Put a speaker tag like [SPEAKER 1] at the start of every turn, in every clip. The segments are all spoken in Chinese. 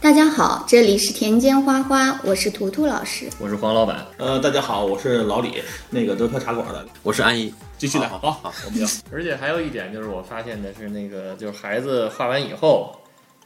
[SPEAKER 1] 大家好，这里是田间花花，我是图图老师。
[SPEAKER 2] 我是黄老板，
[SPEAKER 3] 呃，大家好，我是老李，那个德飘茶馆的，
[SPEAKER 4] 我是安逸，
[SPEAKER 3] 继续来，好，好，我们要
[SPEAKER 2] 而且还有一点就是我发现的是那个，就是孩子画完以后，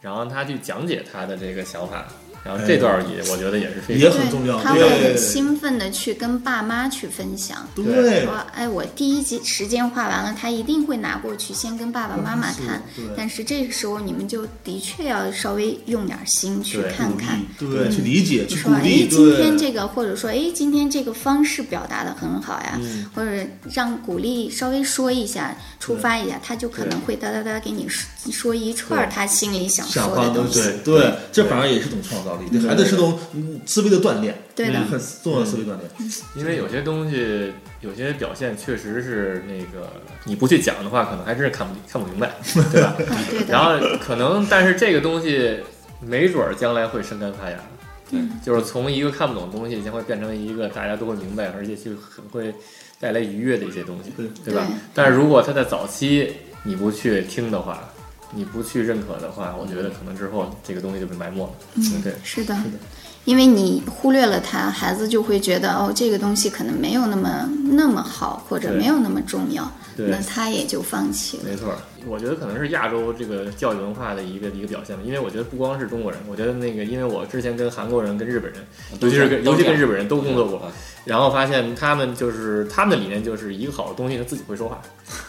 [SPEAKER 2] 然后他去讲解他的这个想法，然后这段儿也我觉得哎也是非
[SPEAKER 3] 也
[SPEAKER 2] 常
[SPEAKER 3] 很重要，
[SPEAKER 1] 他会
[SPEAKER 3] 对
[SPEAKER 1] 很兴奋的去跟爸妈去分享。
[SPEAKER 3] 对
[SPEAKER 1] 说，哎，我第一集时间画完了，他一定会拿过去先跟爸爸妈妈看。
[SPEAKER 3] 对
[SPEAKER 1] 但是这个时候，你们就的确要稍微用点心去
[SPEAKER 2] 对
[SPEAKER 1] 看看，
[SPEAKER 3] 对，去理解，去
[SPEAKER 1] 说，
[SPEAKER 3] 鼓
[SPEAKER 1] 哎，
[SPEAKER 3] 励，
[SPEAKER 1] 今天
[SPEAKER 3] 对，
[SPEAKER 1] 这个，或者说，哎，今天这个方式表达的很好呀，
[SPEAKER 3] 嗯
[SPEAKER 1] 或者让鼓励稍微说一下，触发一下，他就可能会哒哒哒给你说说一串儿他心里想
[SPEAKER 3] 想
[SPEAKER 1] 说
[SPEAKER 3] 法
[SPEAKER 1] 的
[SPEAKER 3] 都
[SPEAKER 1] 东西。
[SPEAKER 3] 对，对，这反而也是一种创造力，对孩子是种嗯思维的锻炼，
[SPEAKER 1] 对的
[SPEAKER 3] 嗯很重要的思维锻炼，
[SPEAKER 2] 因为有些东西，有些表现确实是那个你不去讲的话，可能还真是看不看不明白，对吧？
[SPEAKER 1] 嗯，对的。
[SPEAKER 2] 然后可能，但是这个东西没准儿将来会生根发芽。对，就是从一个看不懂的东西，将会变成一个大家都会明白，而且就很会带来愉悦的一些东西，
[SPEAKER 3] 对
[SPEAKER 2] 对吧
[SPEAKER 1] 对？
[SPEAKER 2] 但是如果它在早期你不去听的话，你不去认可的话，我觉得可能之后这个东西就被埋没了。
[SPEAKER 1] 嗯
[SPEAKER 2] 对，
[SPEAKER 1] 是的，因为你忽略了它，孩子就会觉得哦，这个东西可能没有那么那么好，或者
[SPEAKER 2] 对
[SPEAKER 1] 没有那么重要，
[SPEAKER 2] 对
[SPEAKER 1] 那他也就放弃了。
[SPEAKER 2] 没错儿，我觉得可能是亚洲这个教育文化的一个一个表现吧，因为我觉得不光是中国人，我觉得那个，因为我之前跟韩国人、跟日本人，尤其是跟
[SPEAKER 4] 都
[SPEAKER 2] 尤
[SPEAKER 4] 这
[SPEAKER 2] 其
[SPEAKER 4] 样嗯
[SPEAKER 2] 跟日本人都工作
[SPEAKER 4] 都这
[SPEAKER 2] 过
[SPEAKER 4] 样，
[SPEAKER 2] 然后发现他们就是他们的理念就是一个好的东西他自己会说话，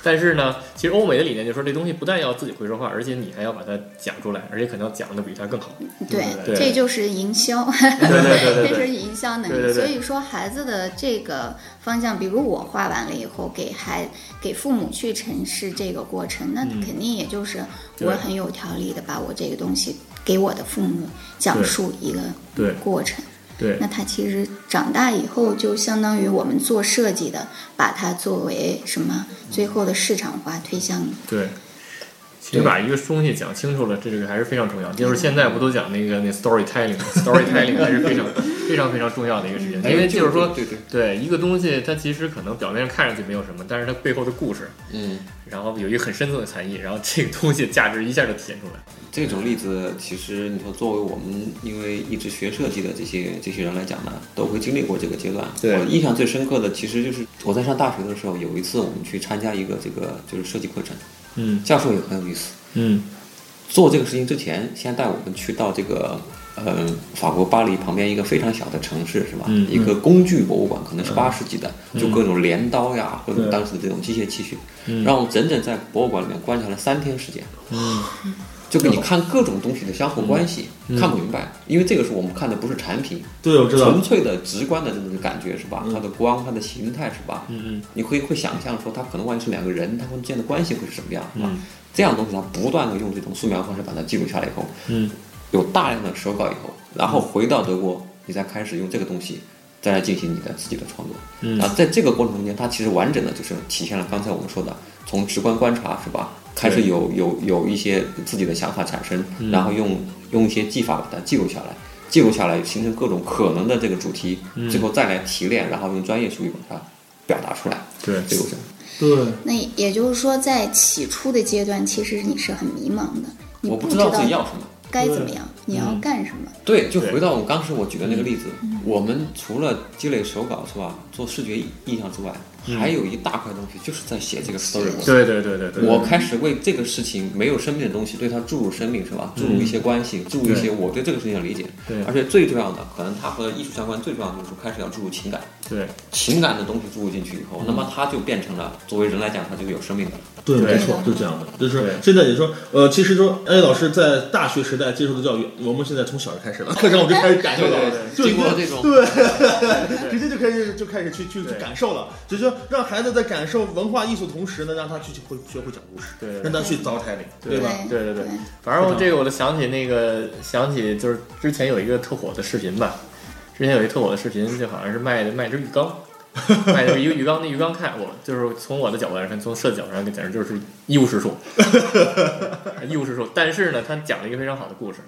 [SPEAKER 2] 但是呢，其实欧美的理念就是说这东西不但要自己会说话，而且你还要把它讲出来，而且可能要讲的比他更好。
[SPEAKER 1] 对，
[SPEAKER 2] 对
[SPEAKER 1] 这就是营销，
[SPEAKER 2] 对对
[SPEAKER 1] 这
[SPEAKER 2] 对对
[SPEAKER 1] 是
[SPEAKER 2] 对，
[SPEAKER 1] 营销能力。
[SPEAKER 2] 对对
[SPEAKER 1] 所
[SPEAKER 2] 对
[SPEAKER 1] 以说，孩子的这个方向，比如我画完了以后，给孩给父母去陈述这个过程，那肯定也就是
[SPEAKER 2] 嗯对
[SPEAKER 1] 我很有条理的把我这个东西给我的父母讲
[SPEAKER 2] 对
[SPEAKER 1] 述一个
[SPEAKER 2] 对
[SPEAKER 1] 过程。
[SPEAKER 2] 对
[SPEAKER 1] 那他其实长大以后，就相当于我们做设计的，把它作为什么最后的市场化推向
[SPEAKER 2] 对，其实把一个东西讲清楚了，这个还是非常重要。就是现在不都讲那个那 storytelling，storytelling 还是非 常非常非常重要的一个事
[SPEAKER 4] 哎
[SPEAKER 2] 情，因为就是说，
[SPEAKER 4] 对对，
[SPEAKER 2] 对一个东西，它其实可能表面上看上去没有什么，但是它背后的故事，
[SPEAKER 4] 嗯，
[SPEAKER 2] 然后有一个很深层的含义，然后这个东西价值一下就体现出来。
[SPEAKER 4] 这种例子其实你说作为我们因为一直学设计的这些这些人来讲呢，都会经历过这个阶段。
[SPEAKER 2] 对
[SPEAKER 4] 我印象最深刻的其实就是我在上大学的时候，有一次我们去参加一个这个就是设计课程，
[SPEAKER 2] 嗯
[SPEAKER 4] 教授也很有意思。
[SPEAKER 2] 嗯
[SPEAKER 4] 做这个事情之前，先带我们去到这个。呃，法国巴黎旁边一个非常小的城市是吧？
[SPEAKER 2] 嗯
[SPEAKER 4] 一个工具博物馆，可能是八世纪的，就各种镰刀呀，各种当时的这种机械器具，让我整整在博物馆里面观察了三天时间。
[SPEAKER 2] 嗯，
[SPEAKER 4] 就给你看各种东西的相互关系，看不明白，因为这个是我们看的不是产品，
[SPEAKER 3] 对，我知道
[SPEAKER 4] 纯，粹的直观的这种感觉是吧？它的光，它的形态是吧？
[SPEAKER 2] 嗯嗯，
[SPEAKER 4] 你会会想象说，它可能万一是两个人，他们之间的关系会是什么样，是吧
[SPEAKER 2] 嗯？
[SPEAKER 4] 这样的东西，它不断的用这种素描方式把它记录下来以后，
[SPEAKER 2] 嗯，
[SPEAKER 4] 有大量的手稿以后，然后回到德国，你再开始用这个东西。再来进行你的自己的创作，
[SPEAKER 2] 嗯
[SPEAKER 4] 然后在这个过程中间，它其实完整的就是体现了刚才我们说的，从直观观察是吧，开始
[SPEAKER 2] 对嗯
[SPEAKER 4] 有有有一些自己的想法产生，然后用用一些技法把它记录下来，记录下来形成各种可能的这个主题，
[SPEAKER 2] 嗯
[SPEAKER 4] 最后再来提炼，然后用专业术语把它表达出来，
[SPEAKER 2] 对
[SPEAKER 4] 这个我想
[SPEAKER 3] 对，
[SPEAKER 1] 那也就是说，在起初的阶段，其实你是很迷茫的，你
[SPEAKER 4] 我不
[SPEAKER 1] 知
[SPEAKER 4] 知
[SPEAKER 1] 道
[SPEAKER 4] 道自己要什么。
[SPEAKER 1] 该怎么样，你要
[SPEAKER 2] 嗯
[SPEAKER 1] 干什么。
[SPEAKER 4] 对，就
[SPEAKER 2] 对
[SPEAKER 4] 回到我当时我举的那个例子，我们除了积累手稿是吧，做视觉印象之外，还有一大块东西就是在写这个 story。
[SPEAKER 2] 嗯对对对对对，
[SPEAKER 4] 我开始为这个事情没有生命的东西对它注入生命是吧？注入一些关系，注入一些我对这个事情的理解。
[SPEAKER 2] 嗯对
[SPEAKER 4] 而且最重要的，可能它和艺术相关最重要的就是开始要注入情感，
[SPEAKER 2] 对
[SPEAKER 4] 情感的东西注入进去以
[SPEAKER 2] 嗯
[SPEAKER 4] 后，那么它就变成了作为人来讲，它就有生命的了。
[SPEAKER 3] 对，
[SPEAKER 2] 对
[SPEAKER 3] 没错，就是这样的。就是
[SPEAKER 2] 对
[SPEAKER 3] 现在也说，呃，其实说，哎，老师在大学时代接受的教育，我们现在从小就开始了，课程我们就开始感受到 了，就
[SPEAKER 4] 经过这种
[SPEAKER 3] 对， 直接就开始就开始去去去
[SPEAKER 2] 对
[SPEAKER 3] 感受了，所以说让孩子在感受文化艺术同时呢，让他去去会学会讲故事，
[SPEAKER 2] 对对
[SPEAKER 3] 让他去凿胎灵，
[SPEAKER 2] 对
[SPEAKER 3] 吧？
[SPEAKER 1] 对
[SPEAKER 2] 对对对
[SPEAKER 1] 对，
[SPEAKER 2] 反正我这个我就想起那个，想起就是之前有一个特火的视频吧，之前有一特火的视频，就好像是卖卖只浴缸，卖的是一个浴缸，那浴缸看我就是从我的角度来看，从设计角度上看，简直就是一无是处，一无是处。但是呢，他讲了一个非常好的故事。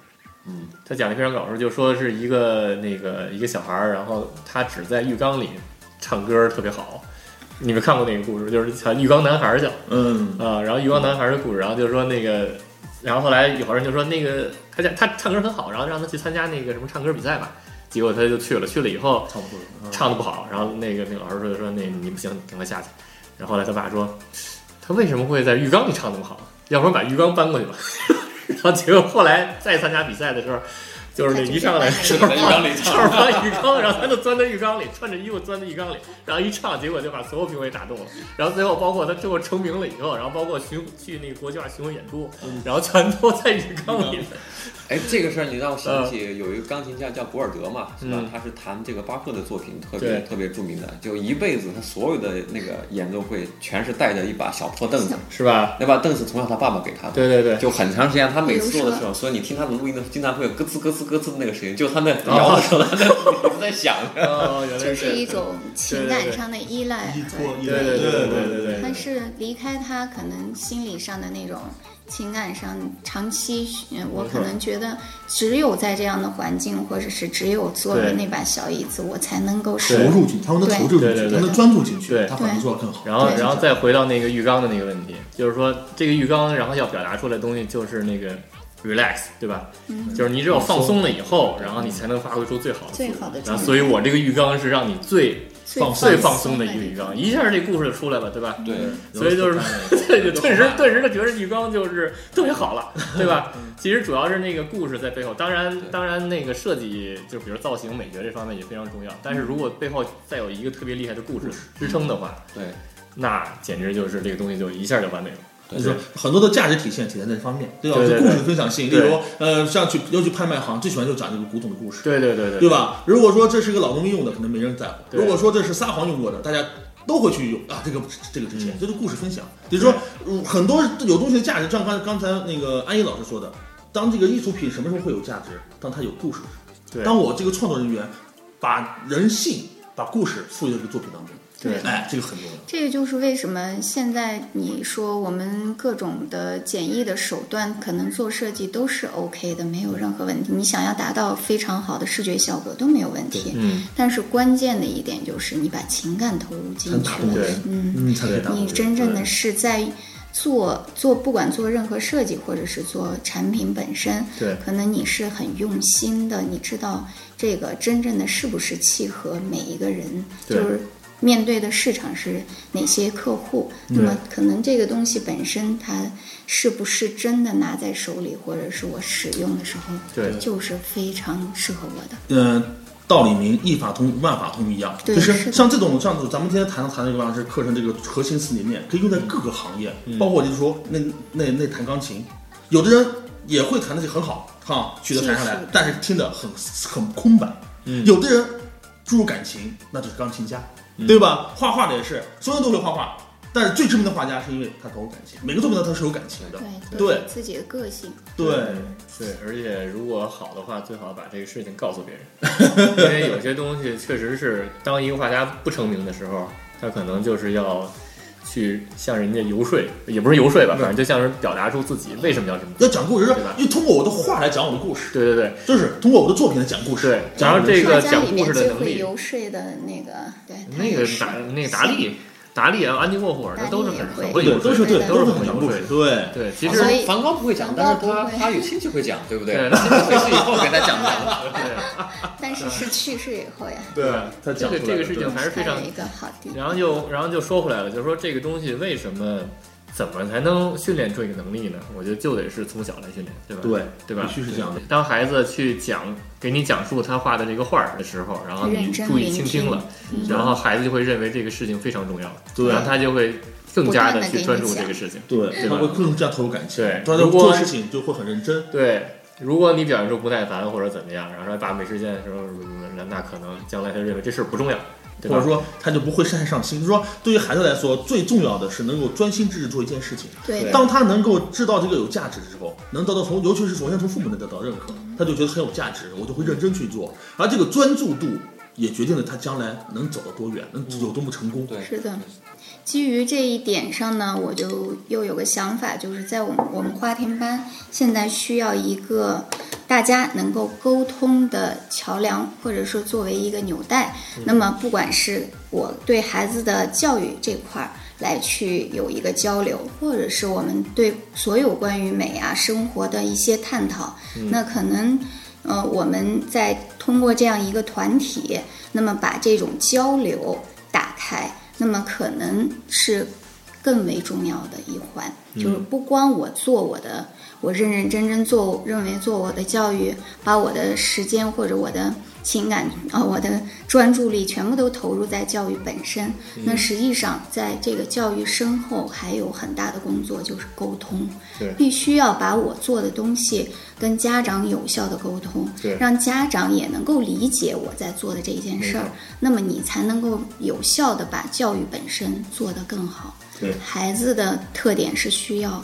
[SPEAKER 4] 嗯，
[SPEAKER 2] 他讲的非常搞笑，就说是一个那个一个小孩儿，然后他只在浴缸里唱歌特别好。你们看过那个故事，就是叫《浴缸男孩》叫，
[SPEAKER 3] 嗯，
[SPEAKER 2] 啊，然后《浴缸男孩》的故事，然后就说那个然后后来有人就说那个他家他唱歌很好，然后让他去参加那个什么唱歌比赛吧。结果他就去了，去了以后
[SPEAKER 3] 差不多了。
[SPEAKER 2] 唱的不好，然后那个那个老师说说那你不行，赶快下去。然后后来他爸说，他为什么会在浴缸里唱那么好？要不然把浴缸搬过去吧。 然后结果后来再参加比赛的时候，就是那一上来
[SPEAKER 1] 是
[SPEAKER 2] 就是
[SPEAKER 1] 在浴
[SPEAKER 4] 缸里 唱
[SPEAKER 2] 就是翻浴缸，然后他就钻在浴缸里，穿着衣服钻在浴缸里，然后一唱，结果就把所有评委打动了。然后最后包括他最后成名了以后，然后包括巡去那个国际化巡回演出，然后全都在嗯浴缸里。
[SPEAKER 4] 哎，这个事儿你让我想起有一个钢琴家叫古尔德嘛，是吧？
[SPEAKER 2] 嗯
[SPEAKER 4] 他是弹这个巴赫的作品，特别
[SPEAKER 2] 对
[SPEAKER 4] 特别著名的，就一辈子他所有的那个演奏会全是带着一把小破凳子，
[SPEAKER 2] 是吧？
[SPEAKER 4] 那把凳子从小他爸爸给他的。
[SPEAKER 2] 对对对，
[SPEAKER 4] 就很长时间，他每次做的
[SPEAKER 1] 比如说
[SPEAKER 4] 时候，所以你听他的录音的时候，经常会有咯吱咯吱咯吱的那个声音，就他那摇的时候，他在一直在响着。
[SPEAKER 2] 哦，原来
[SPEAKER 1] 就是
[SPEAKER 2] 这
[SPEAKER 1] 是
[SPEAKER 2] 样
[SPEAKER 1] 一种情感上的依赖。
[SPEAKER 3] 依托，依
[SPEAKER 2] 对
[SPEAKER 3] 赖
[SPEAKER 2] 对对对对对对。
[SPEAKER 1] 但是离开他，可能心理上的那种情感上长期，呃我
[SPEAKER 2] 没错
[SPEAKER 1] 可能觉得只有在这样的环境，或者是只有坐着
[SPEAKER 2] 对
[SPEAKER 1] 那把小椅子，我才能够
[SPEAKER 3] 投
[SPEAKER 1] 是
[SPEAKER 2] 对
[SPEAKER 3] 入进去，他能
[SPEAKER 1] 对
[SPEAKER 3] 投入
[SPEAKER 2] 对
[SPEAKER 3] 进
[SPEAKER 2] 对
[SPEAKER 3] 去，
[SPEAKER 2] 对
[SPEAKER 3] 他能专注进去
[SPEAKER 2] 对，
[SPEAKER 3] 他反应做得更好。
[SPEAKER 2] 然后，
[SPEAKER 1] 对
[SPEAKER 2] 然后再回到那个浴缸的那个问题，就是说这个浴缸，然后要表达出来的东西就是那个 relax，对吧？
[SPEAKER 1] 嗯
[SPEAKER 2] 就是你只有放松了以后，然后你才能发挥出最好的
[SPEAKER 1] 最
[SPEAKER 2] 自己
[SPEAKER 1] 好的
[SPEAKER 2] 然
[SPEAKER 1] 状
[SPEAKER 2] 后，
[SPEAKER 1] 态
[SPEAKER 2] 所以我这个浴缸是让你最
[SPEAKER 1] 最
[SPEAKER 2] 最放
[SPEAKER 1] 放
[SPEAKER 2] 松的一个浴缸，一下这故事就出来 了，对吧？
[SPEAKER 4] 对，
[SPEAKER 2] 所以就是对，就 顿时顿时就觉得浴缸就是特别好 了，对吧？其实主要是那个故事在背后，当然
[SPEAKER 4] 对
[SPEAKER 2] 当然那个设计就比如造型美学这方面也非常重要，但是如果背后再有一个特别厉害的故事支撑的话，
[SPEAKER 4] 对，
[SPEAKER 2] 那简直就是这个东西就一下就完美了。
[SPEAKER 4] 对
[SPEAKER 3] 就是呃很多的价值体现体现在这方面，对吧？
[SPEAKER 2] 对对
[SPEAKER 3] 就
[SPEAKER 2] 对
[SPEAKER 3] 故事分享性，例
[SPEAKER 2] 对
[SPEAKER 3] 如呃，像去要去拍卖行，最喜欢就讲这个古董的故事，
[SPEAKER 2] 对对对对
[SPEAKER 3] 对？吧？如果说这是一个老农民用的，可能没人在乎；
[SPEAKER 2] 对
[SPEAKER 3] 如果说这是撒谎用过的，大家都会去用啊。这个这个值
[SPEAKER 2] 嗯
[SPEAKER 3] 钱，这是故事分享。比如说呃很多有东西的价值，像刚刚才那个安逸老师说的，当这个艺术品什么时候会有价值？当它有故事。
[SPEAKER 2] 对
[SPEAKER 3] 当我这个创作人员把人性、把故事赋予到这个作品当中，
[SPEAKER 2] 对
[SPEAKER 3] 哎，这个很重要。
[SPEAKER 1] 这个就是为什么现在你说我们各种的简易的手段，可能做设计都是 OK 的，没有任何问题。你想要达到非常好的视觉效果都没有问题。
[SPEAKER 2] 嗯，
[SPEAKER 1] 但是关键的一点就是你把情感投入进
[SPEAKER 3] 很
[SPEAKER 1] 去
[SPEAKER 3] 打动
[SPEAKER 1] 了，
[SPEAKER 3] 人，
[SPEAKER 1] 嗯，
[SPEAKER 3] 嗯，才可以打动
[SPEAKER 1] 你
[SPEAKER 3] 人。
[SPEAKER 1] 真正的是在做做，不管做任何设计，或者是做产品本身，
[SPEAKER 2] 对
[SPEAKER 1] 可能你是很用心的，你知道这个真正的是不是契合每一个人，就
[SPEAKER 2] 对
[SPEAKER 1] 是面对的市场是哪些客户，那么可能这个东西本身它是不是真的拿在手里，或者是我使用的时候，
[SPEAKER 2] 对
[SPEAKER 1] 就是非常适合我的。
[SPEAKER 3] 嗯，道理明，一法通，万法通一样。
[SPEAKER 1] 对
[SPEAKER 3] 就是是
[SPEAKER 1] 的
[SPEAKER 3] 像这种，像咱们今天谈谈的这个是课程这个核心思理念，可以用在各个行业，
[SPEAKER 2] 嗯
[SPEAKER 3] 包括就是说那那那弹钢琴，有的人也会弹的就很好，哈，曲子弹下
[SPEAKER 1] 技
[SPEAKER 3] 来
[SPEAKER 1] 术，
[SPEAKER 3] 但是听得很很空白。
[SPEAKER 2] 嗯
[SPEAKER 3] 有的人注入感情，那就是钢琴家，对吧？画画的也是，所有人都会画画，但是最知名的画家是因为他投入感情，每个作品呢他是有感情的，
[SPEAKER 1] 对
[SPEAKER 3] 对
[SPEAKER 1] 自己的个性，
[SPEAKER 3] 对。
[SPEAKER 2] 对，而且如果好的话，最好把这个事情告诉别人， 因为有些东西确实是，当一个画家不成名的时候，他可能就是要去向人家游说，也不是游说吧，反正就向人表达出自己为什么要这么做。
[SPEAKER 3] 要讲故事，就是
[SPEAKER 2] 对吧
[SPEAKER 3] 因为通过我的画来讲我的故事，
[SPEAKER 2] 对对对
[SPEAKER 3] 就是通过我的作品来讲故事
[SPEAKER 2] 对。，然
[SPEAKER 3] 讲
[SPEAKER 2] 后
[SPEAKER 3] 我的
[SPEAKER 2] 这
[SPEAKER 1] 画
[SPEAKER 2] 个
[SPEAKER 1] 家
[SPEAKER 2] 讲
[SPEAKER 1] 里
[SPEAKER 2] 故
[SPEAKER 1] 面
[SPEAKER 2] 事的
[SPEAKER 1] 最
[SPEAKER 2] 能
[SPEAKER 1] 会
[SPEAKER 2] 力，
[SPEAKER 1] 游说的那个，对，他
[SPEAKER 2] 那
[SPEAKER 1] 也
[SPEAKER 2] 个
[SPEAKER 1] 是
[SPEAKER 2] 达那个达利、达利啊、安迪沃霍尔，他都是很很会
[SPEAKER 3] 对，
[SPEAKER 2] 游说
[SPEAKER 3] 都
[SPEAKER 2] 的，
[SPEAKER 3] 是对，
[SPEAKER 1] 都
[SPEAKER 3] 都
[SPEAKER 1] 是
[SPEAKER 3] 是
[SPEAKER 2] 很
[SPEAKER 3] 很
[SPEAKER 2] 讲
[SPEAKER 3] 讲
[SPEAKER 2] 故
[SPEAKER 3] 故
[SPEAKER 2] 事
[SPEAKER 3] 事。对，
[SPEAKER 2] 对，其
[SPEAKER 1] 所
[SPEAKER 2] 实
[SPEAKER 1] 以
[SPEAKER 4] 梵高不会讲，
[SPEAKER 1] 梵高
[SPEAKER 4] 但是
[SPEAKER 1] 不会
[SPEAKER 4] 他他有亲戚会讲，对不对？
[SPEAKER 2] 对
[SPEAKER 4] 亲戚回去以后给他讲完了。
[SPEAKER 2] 对
[SPEAKER 1] 但是是去世以后呀，
[SPEAKER 3] 对他
[SPEAKER 2] 这
[SPEAKER 3] 讲
[SPEAKER 2] 个
[SPEAKER 3] 出
[SPEAKER 2] 这
[SPEAKER 3] 来
[SPEAKER 2] 个
[SPEAKER 3] 了
[SPEAKER 2] 事
[SPEAKER 3] 对
[SPEAKER 2] 情啊还是非常
[SPEAKER 1] 有一个好地方。
[SPEAKER 2] 然后就然后就说回来了，就是说这个东西为什么怎么才能训练出一个能力呢？我觉得就得是从小来训练，对吧？
[SPEAKER 3] 对
[SPEAKER 2] 对吧？
[SPEAKER 3] 必须是这样的。
[SPEAKER 2] 当孩子去讲给你讲述他画的这个画儿的时候，然后你
[SPEAKER 1] 认真
[SPEAKER 2] 注意
[SPEAKER 1] 聆
[SPEAKER 2] 倾
[SPEAKER 1] 听嗯
[SPEAKER 2] 听了，然后孩子就会认为这个事情非常重要，
[SPEAKER 3] 对
[SPEAKER 2] 然后他就会更加
[SPEAKER 1] 不
[SPEAKER 2] 的
[SPEAKER 1] 断地
[SPEAKER 2] 去
[SPEAKER 1] 给
[SPEAKER 2] 专
[SPEAKER 1] 你
[SPEAKER 2] 注这
[SPEAKER 1] 讲
[SPEAKER 2] 个事情。
[SPEAKER 3] 对，他会更加投入感情，
[SPEAKER 2] 对
[SPEAKER 3] 他
[SPEAKER 2] 如
[SPEAKER 3] 在
[SPEAKER 2] 果
[SPEAKER 3] 做事情就会很认真。
[SPEAKER 2] 对，如果你表现出不耐烦或者怎么样，然后说爸没时间什么什么什么，那那可能将来他认为这事儿不重要，对
[SPEAKER 3] 或者
[SPEAKER 2] 吧？
[SPEAKER 3] 说他就不会太上心，就是说对于孩子来说，最重要的是能够专心致志做一件事情。
[SPEAKER 1] 对的，
[SPEAKER 3] 当他能够知道这个有价值之后，能得到从，尤其是首先从父母那得到认可，他就觉得很有价值，我就会认真去做。而这个专注度也决定了他将来能走到多远，能有多么成功。
[SPEAKER 4] 对，
[SPEAKER 1] 是的基于这一点上呢，我就又有个想法，就是在我们我们花田班现在需要一个大家能够沟通的桥梁，或者说作为一个纽带。那么，不管是我对孩子的教育这块儿来去有一个交流，或者是我们对所有关于美啊生活的一些探讨，那可能。呃，我们在通过这样一个团体，那么把这种交流打开，那么可能是更为重要的一环，
[SPEAKER 2] 嗯
[SPEAKER 1] 就是不光我做我的，我认认真真做我，认为做我的教育，把我的时间或者我的情感啊、我的专注力全部都投入在教育本身，
[SPEAKER 2] 嗯
[SPEAKER 1] 那实际上在这个教育身后还有很大的工作就是沟通，
[SPEAKER 2] 对
[SPEAKER 1] 必须要把我做的东西跟家长有效的沟通
[SPEAKER 2] 对，
[SPEAKER 1] 让家长也能够理解我在做的这一件事
[SPEAKER 2] 没
[SPEAKER 1] 儿
[SPEAKER 2] 错，
[SPEAKER 1] 那么你才能够有效的把教育本身做得更好。
[SPEAKER 2] 对
[SPEAKER 1] 孩子的特点是需要。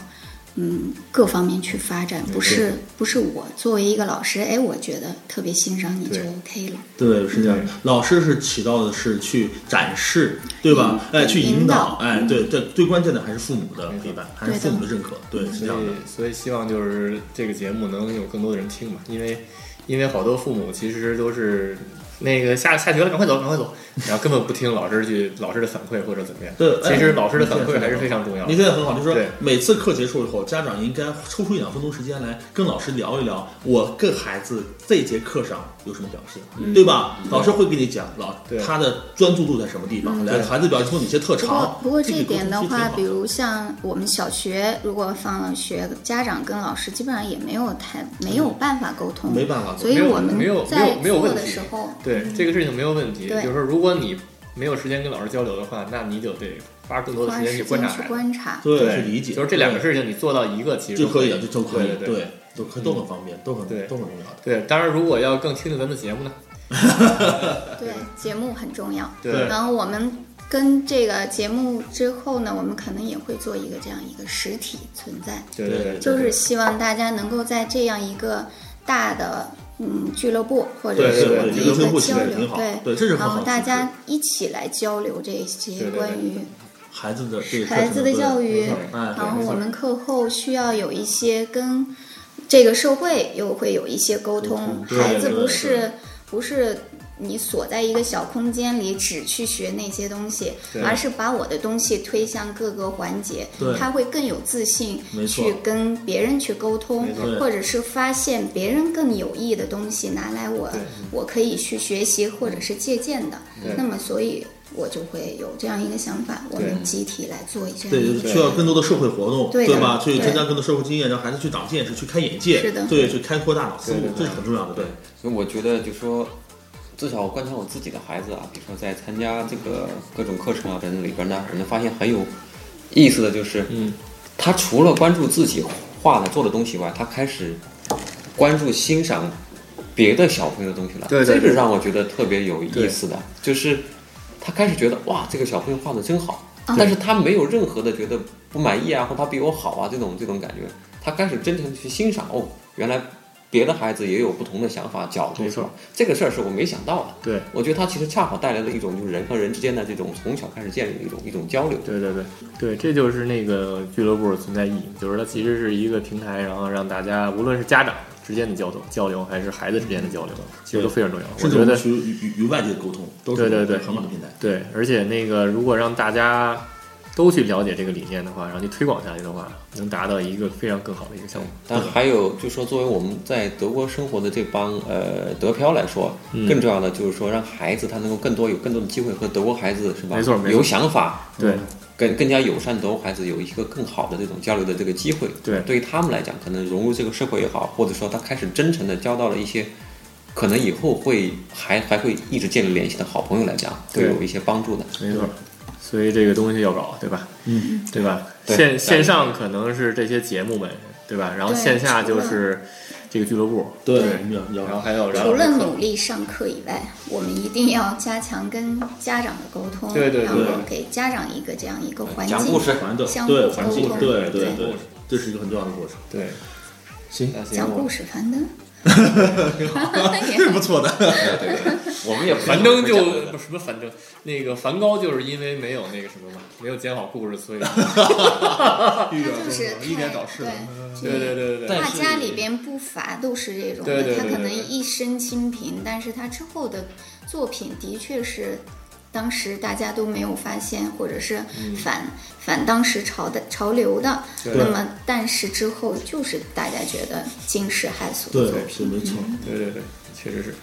[SPEAKER 1] 嗯，各方面去发展，不是不是我作为一个老师，哎，我觉得特别欣赏你就
[SPEAKER 2] 对
[SPEAKER 1] OK 了。
[SPEAKER 3] 对，是这样
[SPEAKER 2] 对。
[SPEAKER 3] 老师是起到的是去展示，对吧？哎，去引
[SPEAKER 1] 引
[SPEAKER 3] 导
[SPEAKER 1] 导，
[SPEAKER 3] 哎，对，这最关键的还是父母的
[SPEAKER 2] 没错
[SPEAKER 3] 陪伴，还是
[SPEAKER 1] 对
[SPEAKER 3] 父
[SPEAKER 1] 的
[SPEAKER 3] 母的认可，对，是这
[SPEAKER 2] 所
[SPEAKER 3] 样的。
[SPEAKER 2] 以所以希望就是这个节目能有更多的人听吧，因为因为好多父母其实都是那个下下学了，赶快走，赶快走，然后根本不听老师去老师的反馈或者怎么样。
[SPEAKER 3] 对哎
[SPEAKER 2] 其实老师的反
[SPEAKER 3] 你
[SPEAKER 2] 馈
[SPEAKER 3] 现在
[SPEAKER 2] 还是非常重要
[SPEAKER 3] 你
[SPEAKER 2] 的。
[SPEAKER 3] 现在很好，就是说
[SPEAKER 2] 嗯对
[SPEAKER 3] 每次课结束以后，家长应该抽出一两分钟时间来跟老师聊一聊，我跟孩子这节课上有什么表现，对吧？老师会给你讲老
[SPEAKER 2] 对
[SPEAKER 3] 他的专注度在什么地方，来
[SPEAKER 2] 对
[SPEAKER 3] 孩子表现出哪些特
[SPEAKER 1] 不过
[SPEAKER 3] 长。
[SPEAKER 1] 不过
[SPEAKER 3] 这
[SPEAKER 1] 这
[SPEAKER 3] 个沟
[SPEAKER 1] 点的
[SPEAKER 3] 通其实挺
[SPEAKER 1] 话，
[SPEAKER 3] 好
[SPEAKER 1] 比如像我们小学，如果放了学，家长跟老师基本上也没有太没有办法沟通，
[SPEAKER 3] 没办法沟通
[SPEAKER 1] 所以我们
[SPEAKER 2] 嗯没有没有
[SPEAKER 1] 在
[SPEAKER 2] 没有
[SPEAKER 1] 做
[SPEAKER 2] 问
[SPEAKER 1] 的
[SPEAKER 2] 题
[SPEAKER 1] 时候，
[SPEAKER 2] 对这个事情没有问题，
[SPEAKER 1] 对
[SPEAKER 2] 就是说如果你没有时间跟老师交流的话，那你就得花更多的
[SPEAKER 1] 花
[SPEAKER 2] 时间
[SPEAKER 1] 时
[SPEAKER 2] 去观察
[SPEAKER 1] 间去
[SPEAKER 2] 孩子。
[SPEAKER 1] 观察。
[SPEAKER 3] 对
[SPEAKER 2] 对，
[SPEAKER 3] 去理解，
[SPEAKER 2] 就是这两个事情你做到一个，其实
[SPEAKER 3] 就
[SPEAKER 2] 都
[SPEAKER 3] 可以
[SPEAKER 2] 以
[SPEAKER 3] 了，就都可以，
[SPEAKER 2] 对对对
[SPEAKER 3] 都可都很方便，都很
[SPEAKER 2] 对
[SPEAKER 3] 都很重要的。
[SPEAKER 2] 对，当然如果要更听听咱们的节目呢，
[SPEAKER 1] 对，节目很重要。
[SPEAKER 2] 对
[SPEAKER 3] 对
[SPEAKER 1] 然后我们跟这个节目之后呢，我们可能也会做一个这样一个实体存在，
[SPEAKER 2] 对对对，
[SPEAKER 1] 就是希望大家能够在这样一个大的嗯俱乐部或者
[SPEAKER 2] 对
[SPEAKER 1] 是
[SPEAKER 2] 对
[SPEAKER 1] 我
[SPEAKER 2] 对
[SPEAKER 1] 们
[SPEAKER 2] 俱
[SPEAKER 1] 一
[SPEAKER 2] 乐
[SPEAKER 3] 部
[SPEAKER 1] 个
[SPEAKER 3] 其实
[SPEAKER 1] 交
[SPEAKER 3] 也挺
[SPEAKER 1] 流
[SPEAKER 3] 好，对
[SPEAKER 1] 对
[SPEAKER 3] 这是很
[SPEAKER 1] 然
[SPEAKER 3] 好
[SPEAKER 1] 后
[SPEAKER 3] 的
[SPEAKER 1] 大
[SPEAKER 3] 形式
[SPEAKER 1] 家一起来交流这
[SPEAKER 2] 对
[SPEAKER 1] 些
[SPEAKER 2] 对
[SPEAKER 1] 关于
[SPEAKER 3] 孩子的这个
[SPEAKER 1] 孩子的教育，
[SPEAKER 3] 哎，
[SPEAKER 1] 然后
[SPEAKER 3] 对
[SPEAKER 1] 我们课后需要有一些跟这个社会又会有一些沟通
[SPEAKER 3] 沟通，对
[SPEAKER 1] 孩子
[SPEAKER 3] 对
[SPEAKER 1] 不
[SPEAKER 3] 对
[SPEAKER 1] 是不是。你锁在一个小空间里，只去学那些东西
[SPEAKER 2] 对，
[SPEAKER 1] 而是把我的东西推向各个环节
[SPEAKER 3] 对，
[SPEAKER 1] 他会更有自信
[SPEAKER 3] 没错
[SPEAKER 1] 去跟别人去沟通
[SPEAKER 2] 没错，
[SPEAKER 1] 或者是发现别人更有益的东西拿来我
[SPEAKER 2] 对
[SPEAKER 1] 我可以去学习或者是借鉴的
[SPEAKER 2] 对。
[SPEAKER 1] 那么，所以我就会有这样一个想法，我
[SPEAKER 2] 对
[SPEAKER 1] 们集体来做一这样一
[SPEAKER 3] 对，
[SPEAKER 1] 个
[SPEAKER 3] 需要更多的社会活动，
[SPEAKER 1] 对
[SPEAKER 3] 对
[SPEAKER 1] 的
[SPEAKER 3] 吧？去
[SPEAKER 1] 对
[SPEAKER 3] 增加更多社会经验，让孩子去长见识、去开眼界，
[SPEAKER 1] 是的
[SPEAKER 3] 对，去开阔大脑思
[SPEAKER 2] 对
[SPEAKER 3] 路
[SPEAKER 2] 对，对
[SPEAKER 3] 这是很重要的。对，
[SPEAKER 4] 所以我觉得就说，至少我观察我自己的孩子啊，比如说在参加这个各种课程啊等等里边呢，我们发现很有意思的就是，
[SPEAKER 2] 嗯，
[SPEAKER 4] 他除了关注自己画的做的东西外，他开始关注欣赏别的小朋友的东西了。
[SPEAKER 2] 对对
[SPEAKER 4] 这
[SPEAKER 2] 对
[SPEAKER 4] 是让我觉得特别有意思的，就是他开始觉得哇，这个小朋友画的真好，
[SPEAKER 2] 啊
[SPEAKER 4] 但是他没有任何的觉得不满意啊，或他比我好啊这种这种感觉，他开始真诚的去欣赏哦，原来。别的孩子也有不同的想法、角度，
[SPEAKER 2] 没
[SPEAKER 4] 是
[SPEAKER 2] 错
[SPEAKER 4] 吧？这个事儿是我没想到的。
[SPEAKER 2] 对
[SPEAKER 4] 我觉得他其实恰好带来了一种就是人和人之间的这种从小开始建立的一种一种交流。
[SPEAKER 2] 对对对对，这就是那个俱乐部的存在意义，就是它其实是一个平台，然后让大家无论是家长之间的交流交流，还是孩子之间的交流，其实都非常重要。我
[SPEAKER 3] 甚至
[SPEAKER 2] 觉
[SPEAKER 3] 我
[SPEAKER 2] 得
[SPEAKER 3] 们去与与与外界沟通，都
[SPEAKER 2] 对
[SPEAKER 3] 是
[SPEAKER 2] 对对
[SPEAKER 3] 很好的平台。
[SPEAKER 2] 对，而且那个如果让大家都去了解这个理念的话，然后去推广下去的话，能达到一个非常更好的一个效果。
[SPEAKER 4] 但还有，就说作为我们在德国生活的这帮呃德漂来说，
[SPEAKER 2] 嗯
[SPEAKER 4] 更重要的就是说，让孩子他能够更多有更多的机会和德国孩子是吧？
[SPEAKER 2] 没错没错
[SPEAKER 4] 有想法，
[SPEAKER 3] 嗯
[SPEAKER 2] 对
[SPEAKER 4] 更更加友善德国孩子有一个更好的这种交流的这个机会。
[SPEAKER 2] 对
[SPEAKER 4] 对于他们来讲，可能融入这个社会也好，或者说他开始真诚的交到了一些。可能以后会还还会一直建立联系的好朋友来讲，
[SPEAKER 2] 对
[SPEAKER 4] 会有一些帮助的。
[SPEAKER 2] 没错。所以这个东西要搞，对吧？
[SPEAKER 3] 嗯，
[SPEAKER 2] 对吧？
[SPEAKER 4] 对
[SPEAKER 2] 线线上可能是这些节目们，对吧？然后
[SPEAKER 1] 对
[SPEAKER 2] 线下
[SPEAKER 1] 除
[SPEAKER 2] 就
[SPEAKER 1] 了
[SPEAKER 2] 是这个俱乐部，
[SPEAKER 3] 对
[SPEAKER 1] 对
[SPEAKER 3] 我们要
[SPEAKER 2] 然
[SPEAKER 3] 要
[SPEAKER 2] 后还有然后
[SPEAKER 1] 除了
[SPEAKER 2] 还有
[SPEAKER 1] 努力上课以外，我们一定要加强跟家长的沟通，
[SPEAKER 2] 对对对
[SPEAKER 1] 然后给家长一个这样一个环境。
[SPEAKER 4] 讲故事，
[SPEAKER 3] 环的
[SPEAKER 1] 相互
[SPEAKER 3] 对环
[SPEAKER 1] 沟
[SPEAKER 3] 境，
[SPEAKER 1] 通对
[SPEAKER 3] 对对，这是一个很重要的过程。
[SPEAKER 2] 对，
[SPEAKER 3] 行，
[SPEAKER 2] 那行
[SPEAKER 1] 讲
[SPEAKER 2] 我
[SPEAKER 1] 故事樊登，
[SPEAKER 3] 这是不错的。
[SPEAKER 2] 我们也樊登就不什么樊登，那个梵高就是因为没有那个什么嘛，没有讲好故事， 所以
[SPEAKER 1] 他就是
[SPEAKER 3] 一点找事的。
[SPEAKER 1] 对
[SPEAKER 2] 对对对对对
[SPEAKER 1] 画
[SPEAKER 3] 但是
[SPEAKER 1] 家里边不乏都是这种
[SPEAKER 2] 对
[SPEAKER 1] 的，
[SPEAKER 2] 对对
[SPEAKER 1] 他可能
[SPEAKER 2] 对对
[SPEAKER 1] 一身清贫，但是他之后的作品的确是当时大家都没有发现，或者是反、反当时潮的潮流的。
[SPEAKER 2] 嗯对
[SPEAKER 1] 那么，但是之后就是大家觉得惊世骇俗的
[SPEAKER 3] 对
[SPEAKER 1] 作品。，
[SPEAKER 3] 是 没错。
[SPEAKER 2] 对对对，确实是。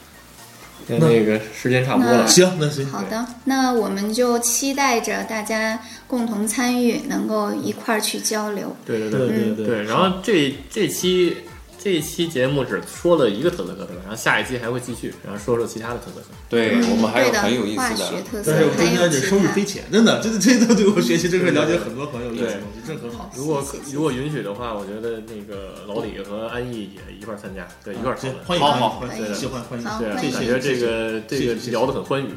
[SPEAKER 2] 那那个时间差不多了
[SPEAKER 1] 那，
[SPEAKER 3] 行，那
[SPEAKER 4] 嗯
[SPEAKER 3] 行，
[SPEAKER 1] 好的，那我们就期待着大家共同参与，能够一块儿去交流。
[SPEAKER 2] 对对
[SPEAKER 3] 对
[SPEAKER 2] 对
[SPEAKER 3] 对
[SPEAKER 2] 对。然后这这期这期节目只说了一个特色课程，然后下一期还会继续，然后说说其他的特色课。
[SPEAKER 4] 对我们还有
[SPEAKER 1] 对的
[SPEAKER 4] 很有意
[SPEAKER 1] 化
[SPEAKER 4] 思
[SPEAKER 1] 学
[SPEAKER 4] 的，
[SPEAKER 1] 特色，
[SPEAKER 3] 但是我
[SPEAKER 1] 还
[SPEAKER 3] 真
[SPEAKER 1] 有
[SPEAKER 3] 的得
[SPEAKER 1] 其
[SPEAKER 3] 收入
[SPEAKER 1] 他
[SPEAKER 3] 非浅，真的，这这这对我学习这个了解很多很有意思的
[SPEAKER 2] 对
[SPEAKER 3] 东西，真的很好。
[SPEAKER 2] 如果
[SPEAKER 1] 谢谢谢谢
[SPEAKER 2] 如果允许的话，我觉得那个老李和安逸也一块儿参加，对，一块儿讨
[SPEAKER 3] 行
[SPEAKER 2] 论。
[SPEAKER 3] 欢迎，
[SPEAKER 4] 好
[SPEAKER 3] 欢迎
[SPEAKER 4] 好
[SPEAKER 3] 欢
[SPEAKER 1] 欢
[SPEAKER 3] 迎，
[SPEAKER 1] 迎
[SPEAKER 3] 喜欢欢迎，
[SPEAKER 1] 好
[SPEAKER 2] 对啊，
[SPEAKER 1] 谢
[SPEAKER 2] 感
[SPEAKER 1] 谢
[SPEAKER 2] 觉这个
[SPEAKER 3] 谢
[SPEAKER 2] 这
[SPEAKER 3] 谢
[SPEAKER 2] 个
[SPEAKER 3] 谢谢
[SPEAKER 2] 聊得很欢 愉。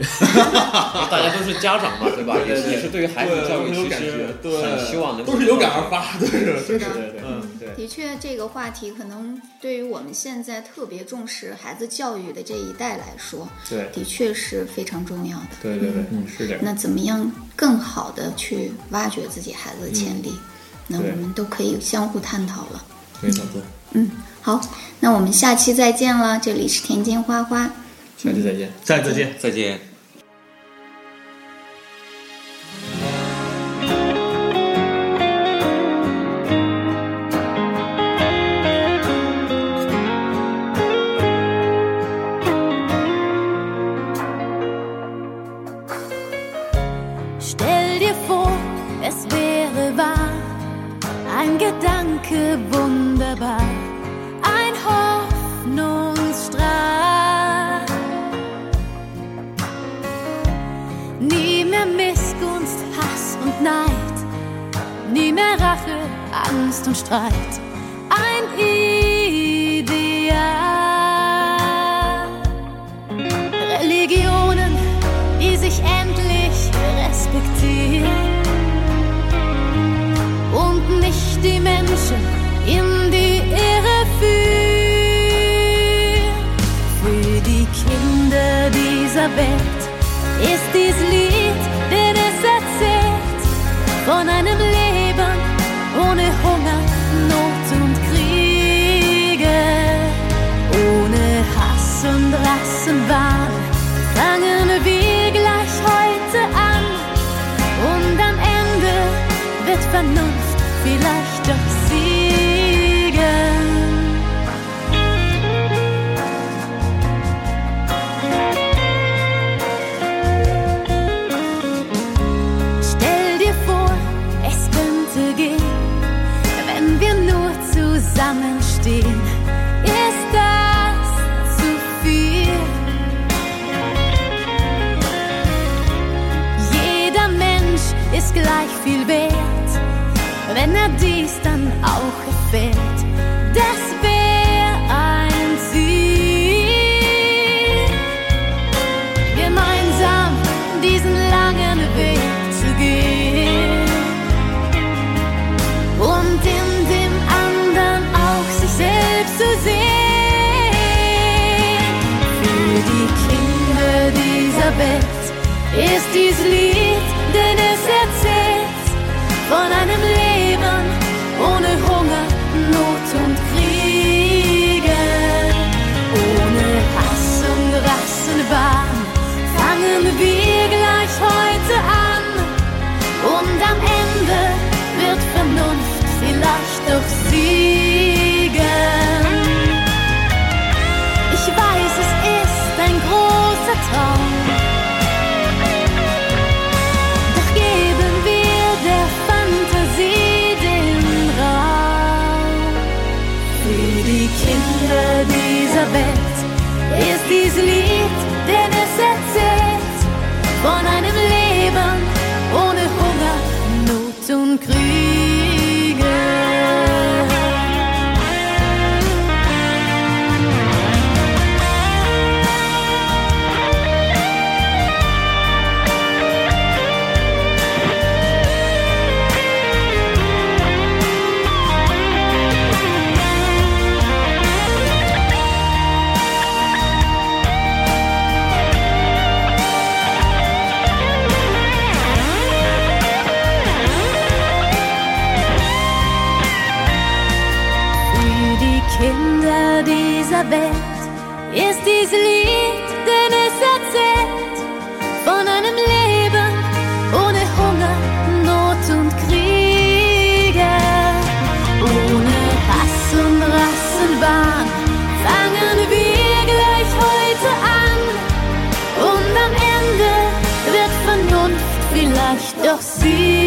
[SPEAKER 4] 大家都是家长嘛，对吧？也是也是对于孩子的教育，
[SPEAKER 3] 对
[SPEAKER 4] 其实
[SPEAKER 3] 对
[SPEAKER 4] 很希望能够
[SPEAKER 3] 都是有感而发，都是
[SPEAKER 1] 是的
[SPEAKER 2] 对
[SPEAKER 3] 真是。
[SPEAKER 2] 对
[SPEAKER 3] 嗯
[SPEAKER 2] 对
[SPEAKER 1] 的确，这个话题可能对于我们现在特别重视孩子教育的这一代来说，
[SPEAKER 2] 对
[SPEAKER 1] 的确是非常重要的。
[SPEAKER 2] 对对对，是这样。
[SPEAKER 1] 那怎么样更好的去挖掘自己孩子的潜
[SPEAKER 3] 嗯
[SPEAKER 1] 力？那
[SPEAKER 2] 对
[SPEAKER 1] 我们都可以相互探讨了。
[SPEAKER 2] 没错，对，
[SPEAKER 1] 嗯，好，那我们下期再见了。这里是田间花花，
[SPEAKER 2] 下期再见。
[SPEAKER 3] 下次再见。
[SPEAKER 4] 再见。
[SPEAKER 5] Stell dir vor, es wäre wahr, ein Gedanke wunderbar, ein Hoffnungsstrahl. Nie mehr Missgunst, Hass und Neid, nie mehr Rache, Angst und Streit, ein Ideal. Religionen, die sich endlich respektieren und nicht die Menschen in die Irre führen. Für die Kinder dieser Welt ist dies Lied, denn es erzählt von einem Leben ohne Hunger, Not und Kriege. Ohne Hass und Rassenwahn fangen wir gleich heute an. Und am Ende wird Vernunft vielleicht doch siegen. Stell dir vor, es könnte gehen, wenn wir nur zusammenstehen. Ist das zu viel? Jeder Mensch ist gleich viel wert, wenn er dies dann auch erfährt. Das wäre ein Ziel gemeinsam diesen langen Weg zu gehen und in dem anderen auch sich selbst zu sehen. Für die Kinder dieser Welt ist dies Lied, denn es erzählt von einem Leben ohne Hunger, Not und Kriege. Ohne Hass und Rassenwahn fangen wir gleich heute an. Und am Ende wird Vernunft vielleicht doch siegen. Ich weiß, es ist ein großer Traum. Doch geben wir der Fantasie den Raum. Für die Kinder dieser Welt ist dies Lied, denn es erzählt von einem Leben ohne Hunger, Not und Kriege. sie